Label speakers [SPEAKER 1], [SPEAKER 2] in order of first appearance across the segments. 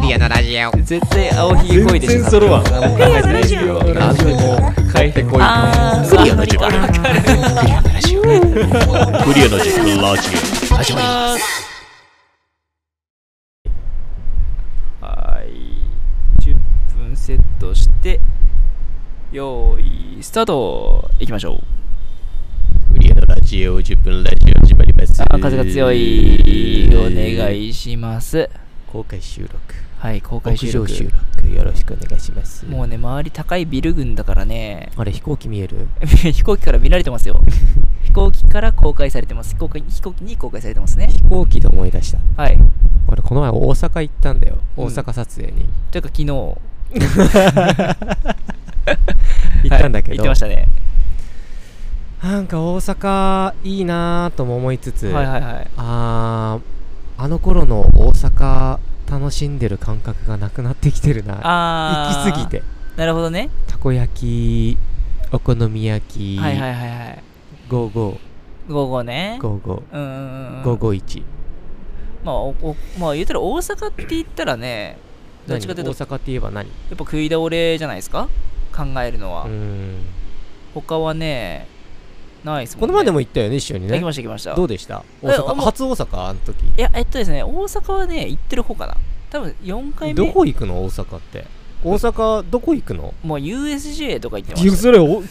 [SPEAKER 1] リアのラジオ
[SPEAKER 2] 絶対青ひげこいでしょ
[SPEAKER 3] 全然揃わん
[SPEAKER 2] あもう考えてないですけど
[SPEAKER 3] ラジオ
[SPEAKER 2] 書いてこい
[SPEAKER 4] あー
[SPEAKER 1] クリアの時間
[SPEAKER 4] わかる
[SPEAKER 3] クリアの時間ラジ
[SPEAKER 1] 始まります
[SPEAKER 2] はい10分セットして用意スタートいきましょう
[SPEAKER 3] オクリアのラジオ10分ラジオ始まります
[SPEAKER 2] あー風が強いお願いします
[SPEAKER 3] 公開収録
[SPEAKER 2] はい公開収録
[SPEAKER 3] 屋上収録よろしくお願いします
[SPEAKER 2] もうね周り高いビル群だからね
[SPEAKER 3] あれ飛行機見える
[SPEAKER 2] 飛行機から見られてますよ飛行機から公開されてます飛行機飛行機に公開されてますね
[SPEAKER 3] 飛行機で思い出した
[SPEAKER 2] はい
[SPEAKER 3] 俺この前大阪行ったんだよ
[SPEAKER 2] うん
[SPEAKER 3] 大阪撮影に
[SPEAKER 2] というか昨日 行
[SPEAKER 3] 行ったんだけ
[SPEAKER 2] 行っ
[SPEAKER 3] ど
[SPEAKER 2] てましたね
[SPEAKER 3] なんか大阪いいなぁとも思いつつ
[SPEAKER 2] はいはいはい
[SPEAKER 3] あーあの頃の大阪楽しんでる感覚がなくなってきてるな
[SPEAKER 2] あ
[SPEAKER 3] 行
[SPEAKER 2] あ
[SPEAKER 3] き過ぎて
[SPEAKER 2] なるほどね
[SPEAKER 3] たこ焼きお好み焼き、
[SPEAKER 2] はいはいはいはい
[SPEAKER 3] 5555
[SPEAKER 2] 午後ね
[SPEAKER 3] 5
[SPEAKER 2] うんうんうん
[SPEAKER 3] 551
[SPEAKER 2] まあおおまあ言ったら大阪って言ったらねどっちかというと
[SPEAKER 3] 何
[SPEAKER 2] やっ
[SPEAKER 3] 大阪って言えば何う
[SPEAKER 2] ぱ食い倒れじゃないですか考えるのは、
[SPEAKER 3] ーん
[SPEAKER 2] 他はねないですもん
[SPEAKER 3] こ
[SPEAKER 2] ね
[SPEAKER 3] の前でも行ったよね一緒に
[SPEAKER 2] 行
[SPEAKER 3] ね
[SPEAKER 2] きました行きました
[SPEAKER 3] どうでした
[SPEAKER 2] え
[SPEAKER 3] 大
[SPEAKER 2] あ
[SPEAKER 3] 阪
[SPEAKER 2] もう
[SPEAKER 3] 初大阪あの時
[SPEAKER 2] いやえっとですね大阪はね行ってる方かな多分4回目
[SPEAKER 3] どこ行くの大阪って大阪どこ行くの
[SPEAKER 2] もう USJ とか行ってました
[SPEAKER 3] れ お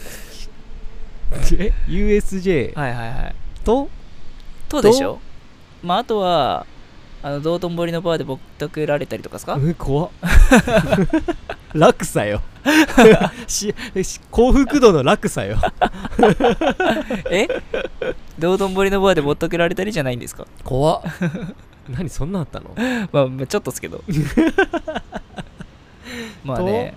[SPEAKER 3] え USJ
[SPEAKER 2] はいはいはい
[SPEAKER 3] と
[SPEAKER 2] そうでしょまああとはあの道頓堀のバーでぼったくられたりとかです か、
[SPEAKER 3] うん怖っ落差よ しし幸福度の落差よ
[SPEAKER 2] え道頓堀のバーでぼったくられたりじゃないんですか
[SPEAKER 3] 怖っ何そんなんあったの
[SPEAKER 2] まあまあちょっとっす けどまあね、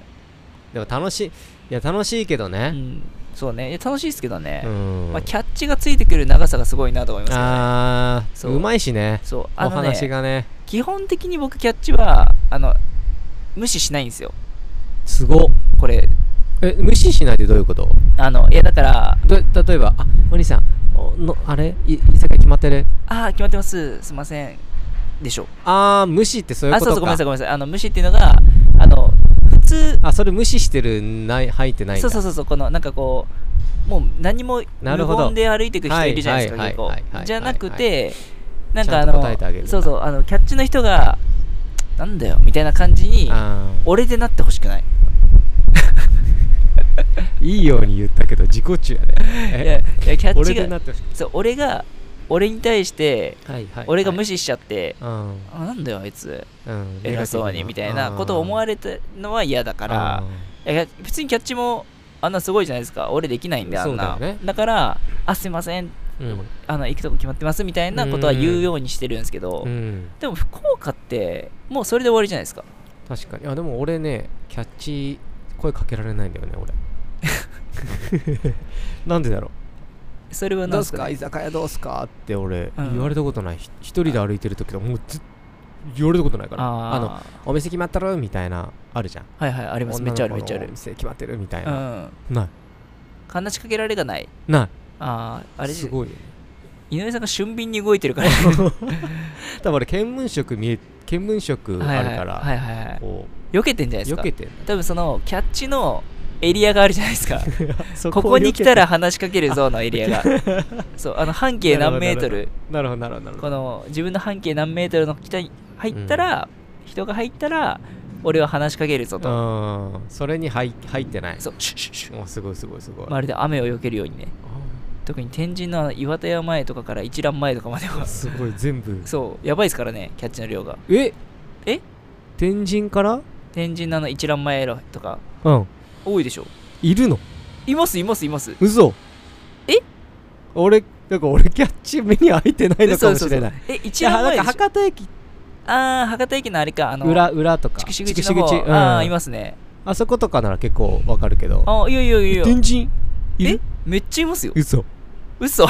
[SPEAKER 3] でも楽しいいや楽しいけど
[SPEAKER 2] う
[SPEAKER 3] ね
[SPEAKER 2] ん、そうねいや楽しいですけどね、
[SPEAKER 3] うん、
[SPEAKER 2] まあ、キャッチがついてくる長さがすごいなと思いますけどね
[SPEAKER 3] あー
[SPEAKER 2] そう
[SPEAKER 3] うまいしね
[SPEAKER 2] そうあ
[SPEAKER 3] お
[SPEAKER 2] のね
[SPEAKER 3] 話がね
[SPEAKER 2] 基本的に僕キャッチはあの無視しないんですよ
[SPEAKER 3] すごっ
[SPEAKER 2] これ
[SPEAKER 3] え無視しないでどういうこと
[SPEAKER 2] あのいやだから
[SPEAKER 3] ど例えば「あお兄さんおのあれい居酒屋決まってる?
[SPEAKER 2] ああ決まってますすいませんでしょ」
[SPEAKER 3] あー無視ってそういう
[SPEAKER 2] あ
[SPEAKER 3] こ
[SPEAKER 2] そ
[SPEAKER 3] と
[SPEAKER 2] うそうごめ
[SPEAKER 3] か
[SPEAKER 2] んなさいごめんなさいあの無視っていうのがあの普通
[SPEAKER 3] あそれ無視してるない入ってないん
[SPEAKER 2] そ
[SPEAKER 3] だ
[SPEAKER 2] うそうそうそうこのなんかこうもう何も
[SPEAKER 3] な
[SPEAKER 2] 無
[SPEAKER 3] るほど
[SPEAKER 2] 言で歩いていく人いるじゃないですか
[SPEAKER 3] はい
[SPEAKER 2] 結
[SPEAKER 3] はい
[SPEAKER 2] 構
[SPEAKER 3] はいはいはい
[SPEAKER 2] じゃなく
[SPEAKER 3] はい
[SPEAKER 2] てなんかあ
[SPEAKER 3] ちゃんと答えてあげ
[SPEAKER 2] の
[SPEAKER 3] る
[SPEAKER 2] そうそうあのキャッチの人がなんだよみたいな感じに
[SPEAKER 3] あー
[SPEAKER 2] 俺でなってほしくない
[SPEAKER 3] いいように言ったけど自己中やで、
[SPEAKER 2] い
[SPEAKER 3] え
[SPEAKER 2] やいやキャッ
[SPEAKER 3] 俺
[SPEAKER 2] チ
[SPEAKER 3] でな
[SPEAKER 2] が
[SPEAKER 3] ってほしい
[SPEAKER 2] そう俺が俺に対して
[SPEAKER 3] はいはい
[SPEAKER 2] 俺が無
[SPEAKER 3] 視、
[SPEAKER 2] 視しちゃって
[SPEAKER 3] うん
[SPEAKER 2] あなんだよあいつ
[SPEAKER 3] うん、
[SPEAKER 2] 偉そうにみたいなことを思わ
[SPEAKER 3] れ
[SPEAKER 2] れたのは嫌だか
[SPEAKER 3] た
[SPEAKER 2] らいや別にキャッチもあんなすごいじゃないですか俺できないんであんな
[SPEAKER 3] そうだよね
[SPEAKER 2] からあすいません
[SPEAKER 3] うん
[SPEAKER 2] あの行くとこ決まってますみたいなことは言うようにしてるんですけど、
[SPEAKER 3] うん、
[SPEAKER 2] でも福岡ってもうそれで終わりじゃないですか
[SPEAKER 3] 確かにあでも俺ねキャッチ声かけられないんだよね 俺なんでだろ
[SPEAKER 2] それは
[SPEAKER 3] う
[SPEAKER 2] な
[SPEAKER 3] ど
[SPEAKER 2] ん
[SPEAKER 3] う
[SPEAKER 2] ですすか
[SPEAKER 3] か居酒屋どうすかって俺
[SPEAKER 2] うん
[SPEAKER 3] 言われたことない、ひ一人で歩いてる時とかもうずっ言われたことないから
[SPEAKER 2] ああ
[SPEAKER 3] のお店決まったろみたいなあるじゃん
[SPEAKER 2] はいはいありますめっちゃあるめっちゃあ
[SPEAKER 3] 女の子のお
[SPEAKER 2] る
[SPEAKER 3] 店決まってるみたいうな、
[SPEAKER 2] ん
[SPEAKER 3] ない
[SPEAKER 2] 話しかけられがない
[SPEAKER 3] ない
[SPEAKER 2] あああれ
[SPEAKER 3] すごいよね
[SPEAKER 2] 井上さんが俊敏に動いて るから
[SPEAKER 3] 多分俺見聞色見え見聞色あるから、
[SPEAKER 2] はいはいはいはいはい
[SPEAKER 3] こ
[SPEAKER 2] 避けてんじ
[SPEAKER 3] う
[SPEAKER 2] ゃないです
[SPEAKER 3] 避
[SPEAKER 2] か
[SPEAKER 3] けて ん
[SPEAKER 2] 多分そのキャッチのエリアがあるじゃないで すか
[SPEAKER 3] だ
[SPEAKER 2] ここに来たら話しかけるぞのエリ アがそうあの半径何メートル
[SPEAKER 3] なるほどなるほどなるほ
[SPEAKER 2] こ
[SPEAKER 3] ど
[SPEAKER 2] の自分の半径何メートルの北に入ったら、人が入ったら俺は話しかけるぞと、
[SPEAKER 3] うんそれに入入ってない
[SPEAKER 2] そうシュッシュッシュ
[SPEAKER 3] おすごいすごいすごい、
[SPEAKER 2] ッまるで雨を避けるようにね特に天神のあの岩田屋前とかから一覧前とかまで
[SPEAKER 3] あ
[SPEAKER 2] は
[SPEAKER 3] すごい全部
[SPEAKER 2] そうやばいですからねキャッチの量が
[SPEAKER 3] え
[SPEAKER 2] え
[SPEAKER 3] 天神から
[SPEAKER 2] 天神のあの一覧前路とか
[SPEAKER 3] うん
[SPEAKER 2] 多いでしょ
[SPEAKER 3] いるの
[SPEAKER 2] いますいますいます
[SPEAKER 3] 嘘
[SPEAKER 2] え
[SPEAKER 3] 俺なんか俺キャッチ目に入ってないのかもしれない
[SPEAKER 2] 嘘嘘嘘え一
[SPEAKER 3] いや
[SPEAKER 2] 覧
[SPEAKER 3] なん
[SPEAKER 2] 前
[SPEAKER 3] か
[SPEAKER 2] でしょ
[SPEAKER 3] 博多駅
[SPEAKER 2] ああ博多駅のあれかあの
[SPEAKER 3] 裏裏とか
[SPEAKER 2] 筑紫口の方
[SPEAKER 3] うん、
[SPEAKER 2] ああ
[SPEAKER 3] あ
[SPEAKER 2] いますね
[SPEAKER 3] そことかなら結構わかるけど
[SPEAKER 2] あいやいやいやいや
[SPEAKER 3] 天神い
[SPEAKER 2] え
[SPEAKER 3] る
[SPEAKER 2] めっちゃいますよ
[SPEAKER 3] 嘘
[SPEAKER 2] 嘘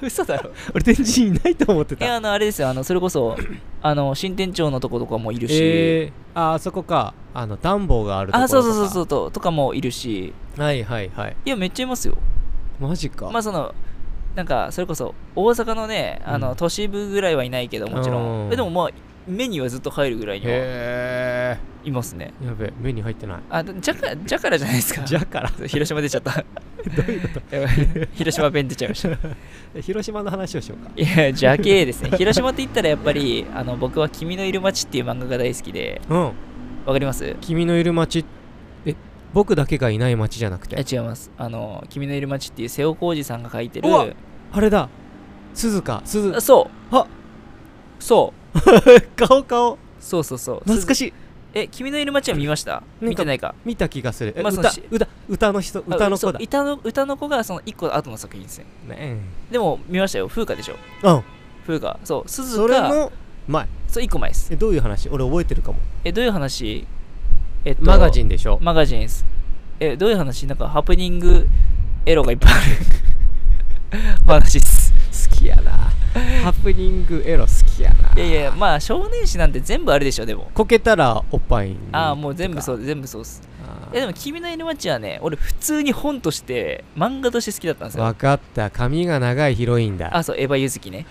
[SPEAKER 2] 嘘だろ
[SPEAKER 3] 俺天神いないと思って
[SPEAKER 2] いや
[SPEAKER 3] た
[SPEAKER 2] あのあれですよあのそれこ そあの新店長のとことかもいるし、
[SPEAKER 3] えー、ああそこかあの暖房があるとこ
[SPEAKER 2] あ
[SPEAKER 3] ろと
[SPEAKER 2] そ
[SPEAKER 3] か
[SPEAKER 2] うそうそうそうととかもいるし
[SPEAKER 3] はいはいはい
[SPEAKER 2] いやめっちゃいますよ
[SPEAKER 3] マジか
[SPEAKER 2] まあそのなんかそれこそ大阪のねあの、
[SPEAKER 3] うん
[SPEAKER 2] 都市部ぐらいはいないけどもちろん
[SPEAKER 3] うん
[SPEAKER 2] えでもまあ目にはずっと入るぐらいには
[SPEAKER 3] へ
[SPEAKER 2] いますね
[SPEAKER 3] えやべえ目に入ってない
[SPEAKER 2] あジャカジャカラじゃないですか
[SPEAKER 3] じゃから
[SPEAKER 2] 広島出ちゃった
[SPEAKER 3] どういうこ
[SPEAKER 2] やばい 広島弁出ちゃいました
[SPEAKER 3] と広島の話をしようか
[SPEAKER 2] いやジャケですね広島って言ったらやっぱりあの僕は「君のいる街」っていう漫画が大好きで
[SPEAKER 3] うん
[SPEAKER 2] わかります
[SPEAKER 3] 君のいる街え僕だけがいない街じゃなくて
[SPEAKER 2] え違いますあの「君のいる街」っていう瀬尾浩二さんが書いて
[SPEAKER 3] うわ
[SPEAKER 2] る
[SPEAKER 3] あれだ鈴鹿鈴
[SPEAKER 2] あそう
[SPEAKER 3] あ
[SPEAKER 2] そう
[SPEAKER 3] 顔顔
[SPEAKER 2] そうそうそう
[SPEAKER 3] 懐かしい
[SPEAKER 2] え君のいる街は見ました
[SPEAKER 3] か
[SPEAKER 2] 見てないか
[SPEAKER 3] 見た気がするえ
[SPEAKER 2] まあそ
[SPEAKER 3] 歌
[SPEAKER 2] うし
[SPEAKER 3] 歌歌の人
[SPEAKER 2] あ
[SPEAKER 3] 歌の
[SPEAKER 2] そ
[SPEAKER 3] 子
[SPEAKER 2] う
[SPEAKER 3] だね
[SPEAKER 2] 歌の歌の子がその1個後の作品ですね
[SPEAKER 3] え
[SPEAKER 2] でも見ましたよ風花でしょ
[SPEAKER 3] うん
[SPEAKER 2] 風花そう鈴
[SPEAKER 3] それ
[SPEAKER 2] が
[SPEAKER 3] の前
[SPEAKER 2] そう1個前です
[SPEAKER 3] えどういう話俺覚えてるかも
[SPEAKER 2] えどういう話えっと
[SPEAKER 3] マガジンでしょ
[SPEAKER 2] マガジンです。え、どういう話なんかハプニングエロがいっぱいある お話です。
[SPEAKER 3] 好きや なハプニングエロ好きやない
[SPEAKER 2] やいや、まあ少年誌なんて全部あるでしょ、でも。
[SPEAKER 3] こけたらおっぱいに
[SPEAKER 2] ああ、もう全部そうう、全部そうっす。
[SPEAKER 3] あ
[SPEAKER 2] え、でも、君の犬町はね、俺普通に本として、漫画として好きだったんですよ。
[SPEAKER 3] 分かった髪が長いヒロインだ
[SPEAKER 2] あ、そう、エヴァ 柚月ね。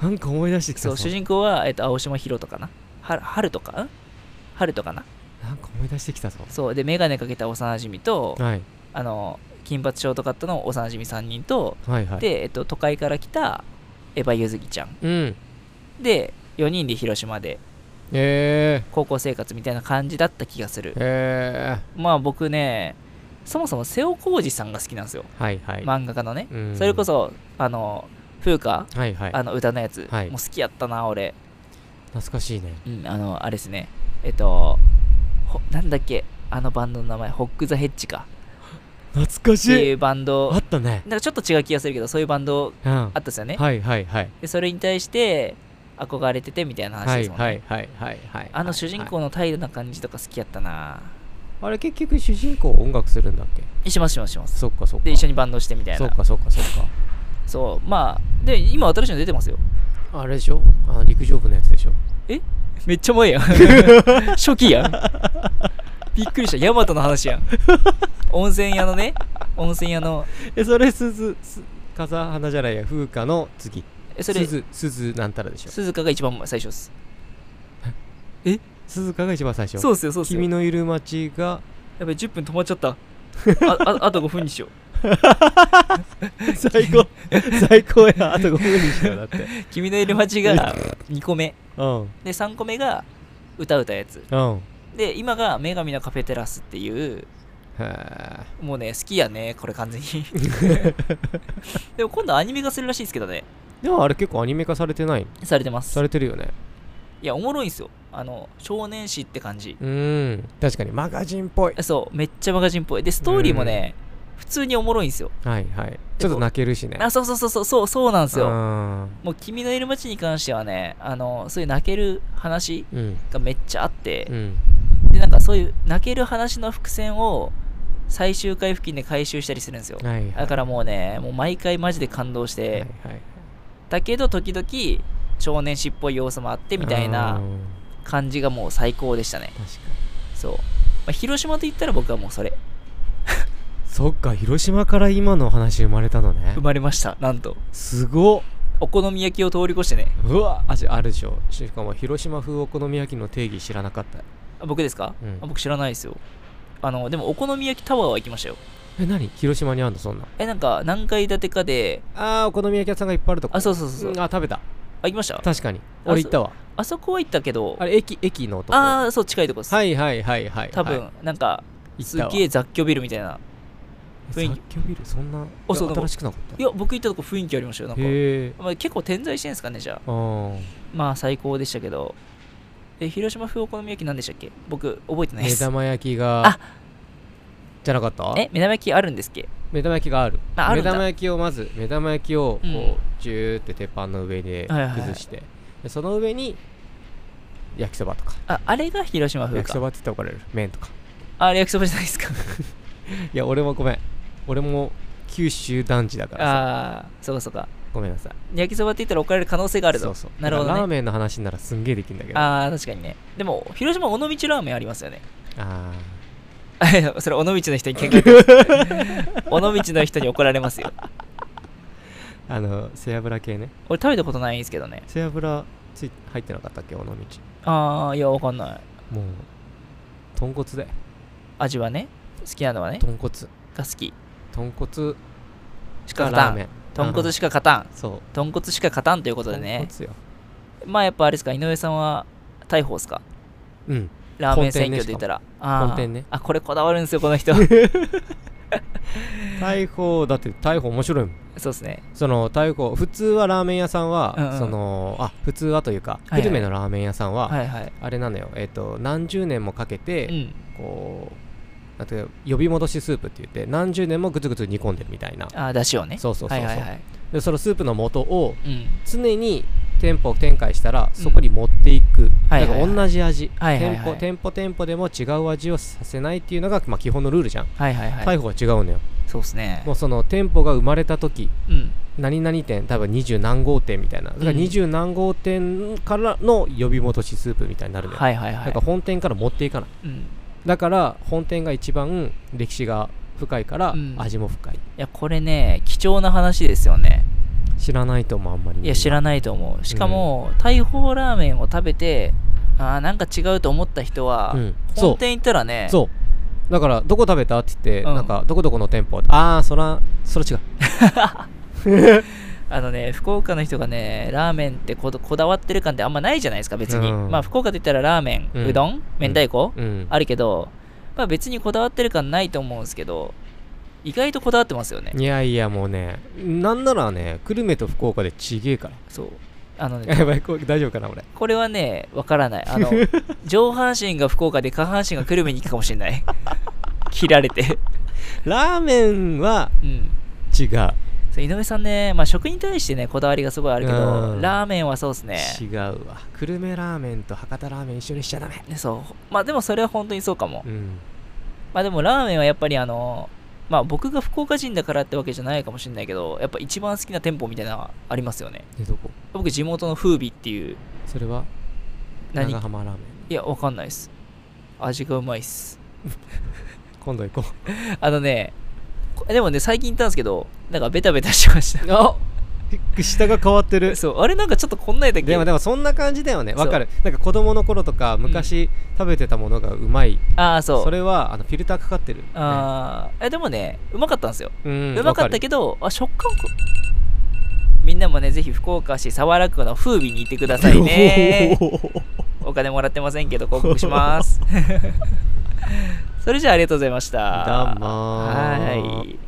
[SPEAKER 3] なんか思い出してきた
[SPEAKER 2] そう、主人公は、えっと、青島博とかな。は春とかん春とかな。
[SPEAKER 3] なんか思い出してきたぞ
[SPEAKER 2] そう、で、メガネかけた幼馴染と、
[SPEAKER 3] はい
[SPEAKER 2] あの、金髪ショートカットの幼馴染3人と、
[SPEAKER 3] はいはい
[SPEAKER 2] で、えっと、都会から来たエヴァ柚月ちゃん。
[SPEAKER 3] うん
[SPEAKER 2] で4人で広島で
[SPEAKER 3] え
[SPEAKER 2] 高校生活みたいな感じだった気がする
[SPEAKER 3] ー、え
[SPEAKER 2] まあ僕ねそもそも瀬尾浩二さんが好きなんですよ
[SPEAKER 3] ー、はいはい、
[SPEAKER 2] 漫画家のね
[SPEAKER 3] うん
[SPEAKER 2] それこそあの風花
[SPEAKER 3] はいはい
[SPEAKER 2] あの歌のやつ
[SPEAKER 3] はい
[SPEAKER 2] もう好きやったな俺
[SPEAKER 3] 懐かしいね
[SPEAKER 2] うんあのあれですねえっとほなんだっけあのバンドの名前ホック・ザ・ヘッジか
[SPEAKER 3] 懐か
[SPEAKER 2] って
[SPEAKER 3] し
[SPEAKER 2] い
[SPEAKER 3] いう
[SPEAKER 2] バンド
[SPEAKER 3] あったね
[SPEAKER 2] なんかちょっと違う気がするけどそういうバンド
[SPEAKER 3] うん
[SPEAKER 2] あったですよね
[SPEAKER 3] はいはいはい
[SPEAKER 2] でそれに対して憧れててみたいな話
[SPEAKER 3] は
[SPEAKER 2] で
[SPEAKER 3] い
[SPEAKER 2] すもんね、
[SPEAKER 3] はいはいはいはい
[SPEAKER 2] あの主人
[SPEAKER 3] はい
[SPEAKER 2] 公の態度な感じとか好きやったな
[SPEAKER 3] あれ結局主人公音楽するんだっけ
[SPEAKER 2] しますしますします
[SPEAKER 3] そっかそっか
[SPEAKER 2] で一緒にバンドしてみたい
[SPEAKER 3] そ
[SPEAKER 2] な
[SPEAKER 3] っかそっかそっか
[SPEAKER 2] そうまあで今新しいの出てますよ
[SPEAKER 3] あれでしょあの陸上部のやつでしょ
[SPEAKER 2] めっちゃ前 やん初期やんびっくりしたヤマトの話やん温泉屋のね温泉屋の
[SPEAKER 3] えそれ鈴す風花じゃないや風花の次
[SPEAKER 2] えそれ
[SPEAKER 3] 鈴鈴なんたらでしょ
[SPEAKER 2] 鈴鹿が一番最初っす
[SPEAKER 3] 鈴鹿が一番最初
[SPEAKER 2] そうっすよそうっすよ
[SPEAKER 3] 君のいる街が
[SPEAKER 2] やべ10分止まっちゃったあああと5分にしよう
[SPEAKER 3] 最 高最高やあと5分にしようだって
[SPEAKER 2] 君のいる街が2個目
[SPEAKER 3] うん
[SPEAKER 2] で3個目が歌うたやつ
[SPEAKER 3] うん
[SPEAKER 2] で今が「女神のカフェテラス」っていう
[SPEAKER 3] へ
[SPEAKER 2] もうね好きやねこれ完全 にでも今度アニメ化するらしいですけどね
[SPEAKER 3] でもあれ結構アニメ化されてない
[SPEAKER 2] されてます
[SPEAKER 3] されてるよね
[SPEAKER 2] いやおもろいんすよあの少年誌って感じ
[SPEAKER 3] うーん確かにマガジンっぽい
[SPEAKER 2] そうめっちゃマガジンっぽいでストーリーもね普通におもろいんすよ
[SPEAKER 3] はいはいちょっと泣けるしね
[SPEAKER 2] あそうそうそうそうそうそうなんですよ
[SPEAKER 3] あ
[SPEAKER 2] もう「君のいる街」に関してはねあのそういう泣ける話
[SPEAKER 3] ーうん
[SPEAKER 2] がめっちゃあって
[SPEAKER 3] う、ん
[SPEAKER 2] でなんかそういう泣ける話の伏線を最終回付近で回収したりするんですよ
[SPEAKER 3] はいはい
[SPEAKER 2] だからもうねもう毎回マジで感動して、
[SPEAKER 3] はいはい
[SPEAKER 2] だけど時々少年誌っぽい要素もあってみたいな
[SPEAKER 3] うん
[SPEAKER 2] 感じがもう最高でしたね
[SPEAKER 3] 確か
[SPEAKER 2] そう、まあ広島と言ったら僕はもうそれ
[SPEAKER 3] にそっか広島から今の話生まれたのね
[SPEAKER 2] 生まれましたなんと
[SPEAKER 3] すごっ
[SPEAKER 2] お好み焼きを通り越してね
[SPEAKER 3] うわあじあるでしょしかも広島風お好み焼きの定義知らなかった
[SPEAKER 2] あ僕ですか、
[SPEAKER 3] うん
[SPEAKER 2] あ僕知らないですよあのでもお好み焼きタワーは行きましたよ
[SPEAKER 3] え何広島にあんのそんな
[SPEAKER 2] えなんか何階建てかで
[SPEAKER 3] あーお好み焼き屋さんがいっぱいあるとこ
[SPEAKER 2] あそうそうそうそうん
[SPEAKER 3] あ食べた
[SPEAKER 2] あ行きました
[SPEAKER 3] 確かに
[SPEAKER 2] あ
[SPEAKER 3] 俺行ったわ
[SPEAKER 2] あそこは行ったけど
[SPEAKER 3] あれ駅駅のとこ
[SPEAKER 2] ああそう近いとこです、
[SPEAKER 3] はいはいはいはい
[SPEAKER 2] 多分、
[SPEAKER 3] は
[SPEAKER 2] なんか
[SPEAKER 3] い
[SPEAKER 2] すげえ雑居ビルみたいな雰囲気
[SPEAKER 3] 雑居ビルそんな
[SPEAKER 2] あそう
[SPEAKER 3] 新しくなかった
[SPEAKER 2] いや僕行ったとこ雰囲気ありましたよなんか、
[SPEAKER 3] へえ
[SPEAKER 2] まあ、結構点在してんですかねじゃあ
[SPEAKER 3] あー
[SPEAKER 2] まあ最高でしたけどえ広島風お好み焼き何でしたっけ僕覚えてないで
[SPEAKER 3] 目
[SPEAKER 2] す
[SPEAKER 3] 玉焼きが
[SPEAKER 2] あ
[SPEAKER 3] じゃなかった
[SPEAKER 2] え目玉焼きあるんですっけ
[SPEAKER 3] 目玉焼きがある
[SPEAKER 2] あある
[SPEAKER 3] 目
[SPEAKER 2] んだ
[SPEAKER 3] 玉焼きをまず目玉焼きをこう、
[SPEAKER 2] うん
[SPEAKER 3] ジューって鉄板の上で
[SPEAKER 2] はいはいはい
[SPEAKER 3] 崩して、でその上に焼きそばとか
[SPEAKER 2] ああれが広島風
[SPEAKER 3] 焼きそ
[SPEAKER 2] か
[SPEAKER 3] ばって言ったら怒られる麺 とか
[SPEAKER 2] あれ焼きそばじゃないですか
[SPEAKER 3] いや俺もごめん俺も九州団地だからさ
[SPEAKER 2] ああそうかそうか
[SPEAKER 3] ごめんなさい
[SPEAKER 2] 焼きそばって言ったら怒られる可能性があるぞ
[SPEAKER 3] そうそう
[SPEAKER 2] なるほど
[SPEAKER 3] ラー
[SPEAKER 2] ね
[SPEAKER 3] メンの話ならすんげえできるんだけどあ
[SPEAKER 2] ああ確かにねでも広島尾道ラーメンありますよね
[SPEAKER 3] あ
[SPEAKER 2] それ尾道の人に喧嘩売って ます尾道の人に怒られますよ
[SPEAKER 3] ーあの背脂系ね
[SPEAKER 2] 俺食べたことないんですけどね
[SPEAKER 3] 背脂つい入ってなかったっけ尾道もう
[SPEAKER 2] ああいやわかんない
[SPEAKER 3] 豚骨で
[SPEAKER 2] 味はね好きなのはね
[SPEAKER 3] 豚骨
[SPEAKER 2] が好き
[SPEAKER 3] 豚骨
[SPEAKER 2] しか
[SPEAKER 3] か
[SPEAKER 2] 勝た
[SPEAKER 3] ラーメ
[SPEAKER 2] ん
[SPEAKER 3] ン
[SPEAKER 2] 豚骨しか勝たん
[SPEAKER 3] そう
[SPEAKER 2] 豚骨しか勝たんということでね
[SPEAKER 3] 豚骨よ
[SPEAKER 2] まあやっぱあれですか井上さんは逮捕ですか
[SPEAKER 3] うん
[SPEAKER 2] ラーメ
[SPEAKER 3] 本
[SPEAKER 2] ン
[SPEAKER 3] 店
[SPEAKER 2] 選
[SPEAKER 3] ね
[SPEAKER 2] 挙で言ったら、あー
[SPEAKER 3] 本店ね
[SPEAKER 2] あこれこだわるんですよこの 人
[SPEAKER 3] 逮捕だって逮捕面白いもん
[SPEAKER 2] そうですね
[SPEAKER 3] その逮捕普通はラーメン屋さんは、
[SPEAKER 2] うんうん
[SPEAKER 3] そのあ普通はというか、
[SPEAKER 2] はいはい
[SPEAKER 3] グルメのラーメン屋さんは、
[SPEAKER 2] はいはい
[SPEAKER 3] あれなのよえっ、と何十年もかけて、
[SPEAKER 2] うん
[SPEAKER 3] こうなんていうか呼び戻しスープって言って何十年もぐつぐつ煮込んでるみたいな
[SPEAKER 2] あーだしをね
[SPEAKER 3] そうそうそうそう、
[SPEAKER 2] はいはいはい
[SPEAKER 3] でそのスープの素を
[SPEAKER 2] うん
[SPEAKER 3] 常に店舗展開したらそこに持っていく、
[SPEAKER 2] は
[SPEAKER 3] だ
[SPEAKER 2] いはい
[SPEAKER 3] か
[SPEAKER 2] はい
[SPEAKER 3] ら同じ味、
[SPEAKER 2] はいはいはい
[SPEAKER 3] 店舗店舗店舗でも違う味をさせないっていうのが、まあ、基本のルールじゃん、
[SPEAKER 2] はいはいはい
[SPEAKER 3] 逮捕は違うのよ
[SPEAKER 2] そうですね
[SPEAKER 3] もうその店舗が生まれた時
[SPEAKER 2] うん
[SPEAKER 3] 何々店多分二十何号店みたいなだから
[SPEAKER 2] うん
[SPEAKER 3] 二十何号店からの呼び戻しスープみたいになるのよ、
[SPEAKER 2] はいはいは
[SPEAKER 3] なん
[SPEAKER 2] い
[SPEAKER 3] か本店から持っていかない
[SPEAKER 2] うん
[SPEAKER 3] だから本店が一番歴史が深いから
[SPEAKER 2] うん
[SPEAKER 3] 味も深い、
[SPEAKER 2] いやこれね貴重な話ですよね
[SPEAKER 3] 知らないと思うあんまり
[SPEAKER 2] いや知
[SPEAKER 3] ら
[SPEAKER 2] らないと思うしかも、大砲ラーメンを食べてあーなんか違うと思った人は、
[SPEAKER 3] うんそう
[SPEAKER 2] 本店行ったらね
[SPEAKER 3] そうだからどこ食べたって言って、
[SPEAKER 2] うん
[SPEAKER 3] なんかどこどこの店舗ああそらそら違う
[SPEAKER 2] あのね福岡の人がねラーメンってこだこだわってる感ってあんまないじゃないですか別に、
[SPEAKER 3] うん
[SPEAKER 2] まあ福岡といったらラーメン、う
[SPEAKER 3] うん
[SPEAKER 2] どん明太子、
[SPEAKER 3] うん
[SPEAKER 2] あるけど、まあ、別にこだわってる感ないと思うんですけど意外とこだわってますよね
[SPEAKER 3] いやいやもうねなんならね久留米と福岡でちげえから
[SPEAKER 2] そうあのね
[SPEAKER 3] やばいこれ大丈夫かな俺
[SPEAKER 2] これはねわからないあの上半身が福岡で下半身が久留米に行くかもしれない切られて
[SPEAKER 3] ラーメンは
[SPEAKER 2] うん
[SPEAKER 3] 違う
[SPEAKER 2] そう井上さんね、まあ、食に対してねこだわりがすごいあるけど、
[SPEAKER 3] うん
[SPEAKER 2] ラーメンはそうですね
[SPEAKER 3] 違うわ久留米ラーメンと博多ラーメン一緒にしちゃダメ
[SPEAKER 2] ねそうまあでもそれは本当にそうかも、
[SPEAKER 3] うん
[SPEAKER 2] まあでもラーメンはやっぱりあのまあ僕が福岡人だからってわけじゃないかもしれないけどやっぱ一番好きな店舗みたいなのがありますよね
[SPEAKER 3] でどこ
[SPEAKER 2] 僕地元の風美っていう
[SPEAKER 3] それは
[SPEAKER 2] 何
[SPEAKER 3] 長浜ラーメン
[SPEAKER 2] いやわかんないっす味がうまいっす
[SPEAKER 3] 今度行こう
[SPEAKER 2] あのねこでもね最近行ったんですけどなんかベタベタしてました
[SPEAKER 3] あ下が変わってる
[SPEAKER 2] そうあれなんかちょっとこんなやったっけ
[SPEAKER 3] でもでもそんな感じだよね
[SPEAKER 2] そう
[SPEAKER 3] わかるなんか子供の頃とか昔食べてたものがうまい、
[SPEAKER 2] ああそう
[SPEAKER 3] それはあのフィルターかかってる、ね、
[SPEAKER 2] あーえでもねうまかったんですよ
[SPEAKER 3] うん
[SPEAKER 2] うまかった
[SPEAKER 3] ど
[SPEAKER 2] けど、あ食感こみんなもねぜひ福岡市早良区の風味に行ってくださ いねお金もらってませんけど広告しますそれじゃあありがとうございました
[SPEAKER 3] どうもー
[SPEAKER 2] はい